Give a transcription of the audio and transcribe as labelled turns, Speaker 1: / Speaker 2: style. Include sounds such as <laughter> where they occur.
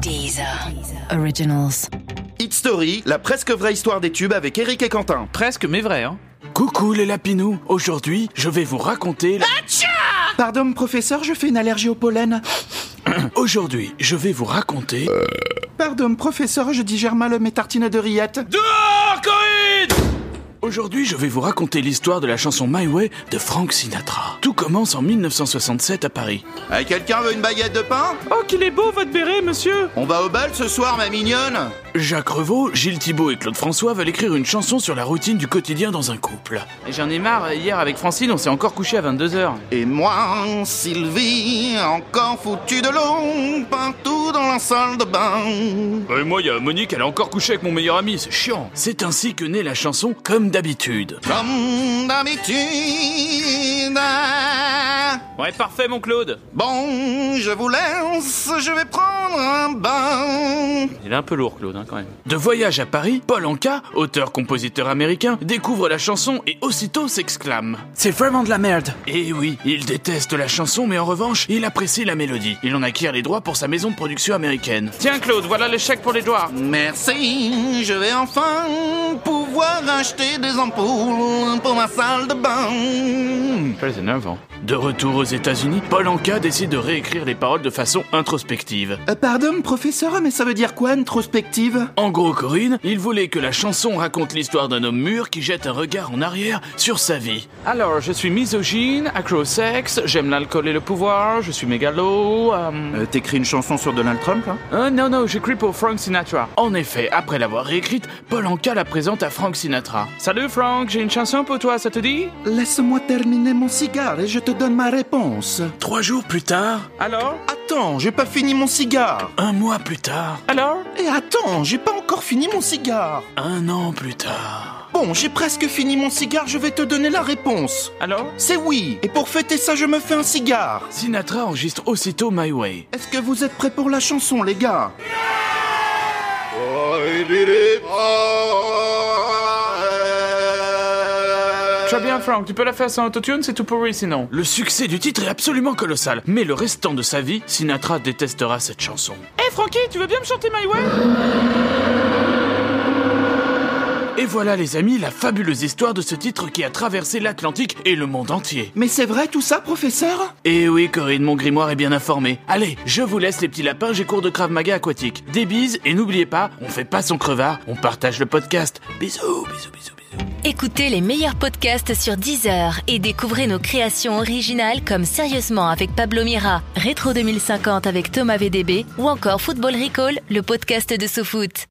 Speaker 1: Deezer. Originals.
Speaker 2: Hit Story, la presque vraie histoire des tubes avec Eric et Quentin.
Speaker 3: Presque, mais vrai, hein.
Speaker 4: Coucou les lapinous, aujourd'hui je vais vous raconter... la-
Speaker 2: Pardon, professeur, je fais une allergie au pollen.
Speaker 4: <coughs> Aujourd'hui je vais vous raconter...
Speaker 3: Euh.
Speaker 2: Pardon, professeur, je digère mal mes tartines de rillettes.
Speaker 4: Aujourd'hui je vais vous raconter l'histoire de la chanson My Way de Frank Sinatra. Tout commence en 1967 à Paris.
Speaker 2: Ah, quelqu'un veut une baguette de pain
Speaker 3: Oh, qu'il est beau votre béret, monsieur
Speaker 2: On va au bal ce soir, ma mignonne
Speaker 4: Jacques Revaux, Gilles Thibault et Claude François veulent écrire une chanson sur la routine du quotidien dans un couple.
Speaker 3: J'en ai marre, hier avec Francine, on s'est encore couché à 22h.
Speaker 2: Et moi, Sylvie, encore foutu de long, partout dans la salle de bain.
Speaker 3: Et Bah, moi, il y a Monique, elle a encore couché avec mon meilleur ami, c'est chiant.
Speaker 4: C'est ainsi que naît la chanson Comme d'habitude.
Speaker 2: Comme d'habitude.
Speaker 3: Ouais, parfait, mon Claude.
Speaker 2: Bon, je vous laisse, je vais prendre un bain.
Speaker 3: Il est un peu lourd, Claude, hein, quand même.
Speaker 4: De voyage à Paris, Paul Anka, auteur-compositeur américain, découvre la chanson et aussitôt s'exclame C'est vraiment de la merde Eh oui, il déteste la chanson, mais en revanche, il apprécie la mélodie. Il en acquiert les droits pour sa maison de production américaine.
Speaker 3: Tiens, Claude, voilà le chèque pour l'Edouard.
Speaker 2: Merci, je vais enfin pouvoir acheter des ampoules pour ma salle de bain.
Speaker 3: Très énervant.
Speaker 4: De retour aux États-Unis, Paul Anka décide de réécrire les paroles de façon introspective.
Speaker 2: Euh, pardon, professeur, mais ça veut dire quoi, introspective
Speaker 4: En gros, Corinne, il voulait que la chanson raconte l'histoire d'un homme mûr qui jette un regard en arrière sur sa vie.
Speaker 3: Alors, je suis misogyne, accro au sexe, j'aime l'alcool et le pouvoir, je suis mégalo. Euh...
Speaker 2: T'écris une chanson sur Donald Trump, là
Speaker 3: euh, non, non, j'écris pour Frank Sinatra.
Speaker 4: En effet, après l'avoir réécrite, Paul Anka la présente à Frank Sinatra.
Speaker 3: Salut Frank, j'ai une chanson pour toi, ça te dit
Speaker 2: Laisse-moi terminer mon cigare et je te donne ma réponse.
Speaker 4: Trois jours plus tard,
Speaker 3: Alors
Speaker 2: Oh, Attends, j'ai pas fini mon cigare.
Speaker 4: un mois plus tard,
Speaker 3: Alors
Speaker 2: Et Eh, attends, j'ai pas encore fini mon cigare.
Speaker 4: Un an plus tard.
Speaker 2: Bon, j'ai presque fini mon cigare, je vais te donner la réponse.
Speaker 3: Alors
Speaker 2: C'est oui, et pour fêter ça, je me fais un cigare.
Speaker 4: Sinatra enregistre aussitôt My Way.
Speaker 2: Est-ce que vous êtes prêts pour la chanson, les gars
Speaker 3: Très bien, Frank, tu peux la faire sans autotune, c'est tout pourri sinon.
Speaker 4: Le succès du titre est absolument colossal, mais le restant de sa vie, Sinatra détestera cette chanson.
Speaker 3: Hé Eh, Frankie, tu veux bien me chanter My Way
Speaker 4: Et voilà les amis, la fabuleuse histoire de ce titre qui a traversé l'Atlantique et le monde entier.
Speaker 2: Mais c'est vrai tout ça, professeur
Speaker 4: Et oui, Corinne, mon grimoire est bien informé. Allez, je vous laisse les petits lapins, j'ai cours de Krav Maga aquatique. Des bises, et n'oubliez pas, on fait pas son crevard, on partage le podcast. Bisous, bisous, bisous, bisous.
Speaker 1: Écoutez les meilleurs podcasts sur Deezer et découvrez nos créations originales comme Sérieusement avec Pablo Mira, Rétro 2050 avec Thomas VDB ou encore Football Recall, le podcast de sous-foot.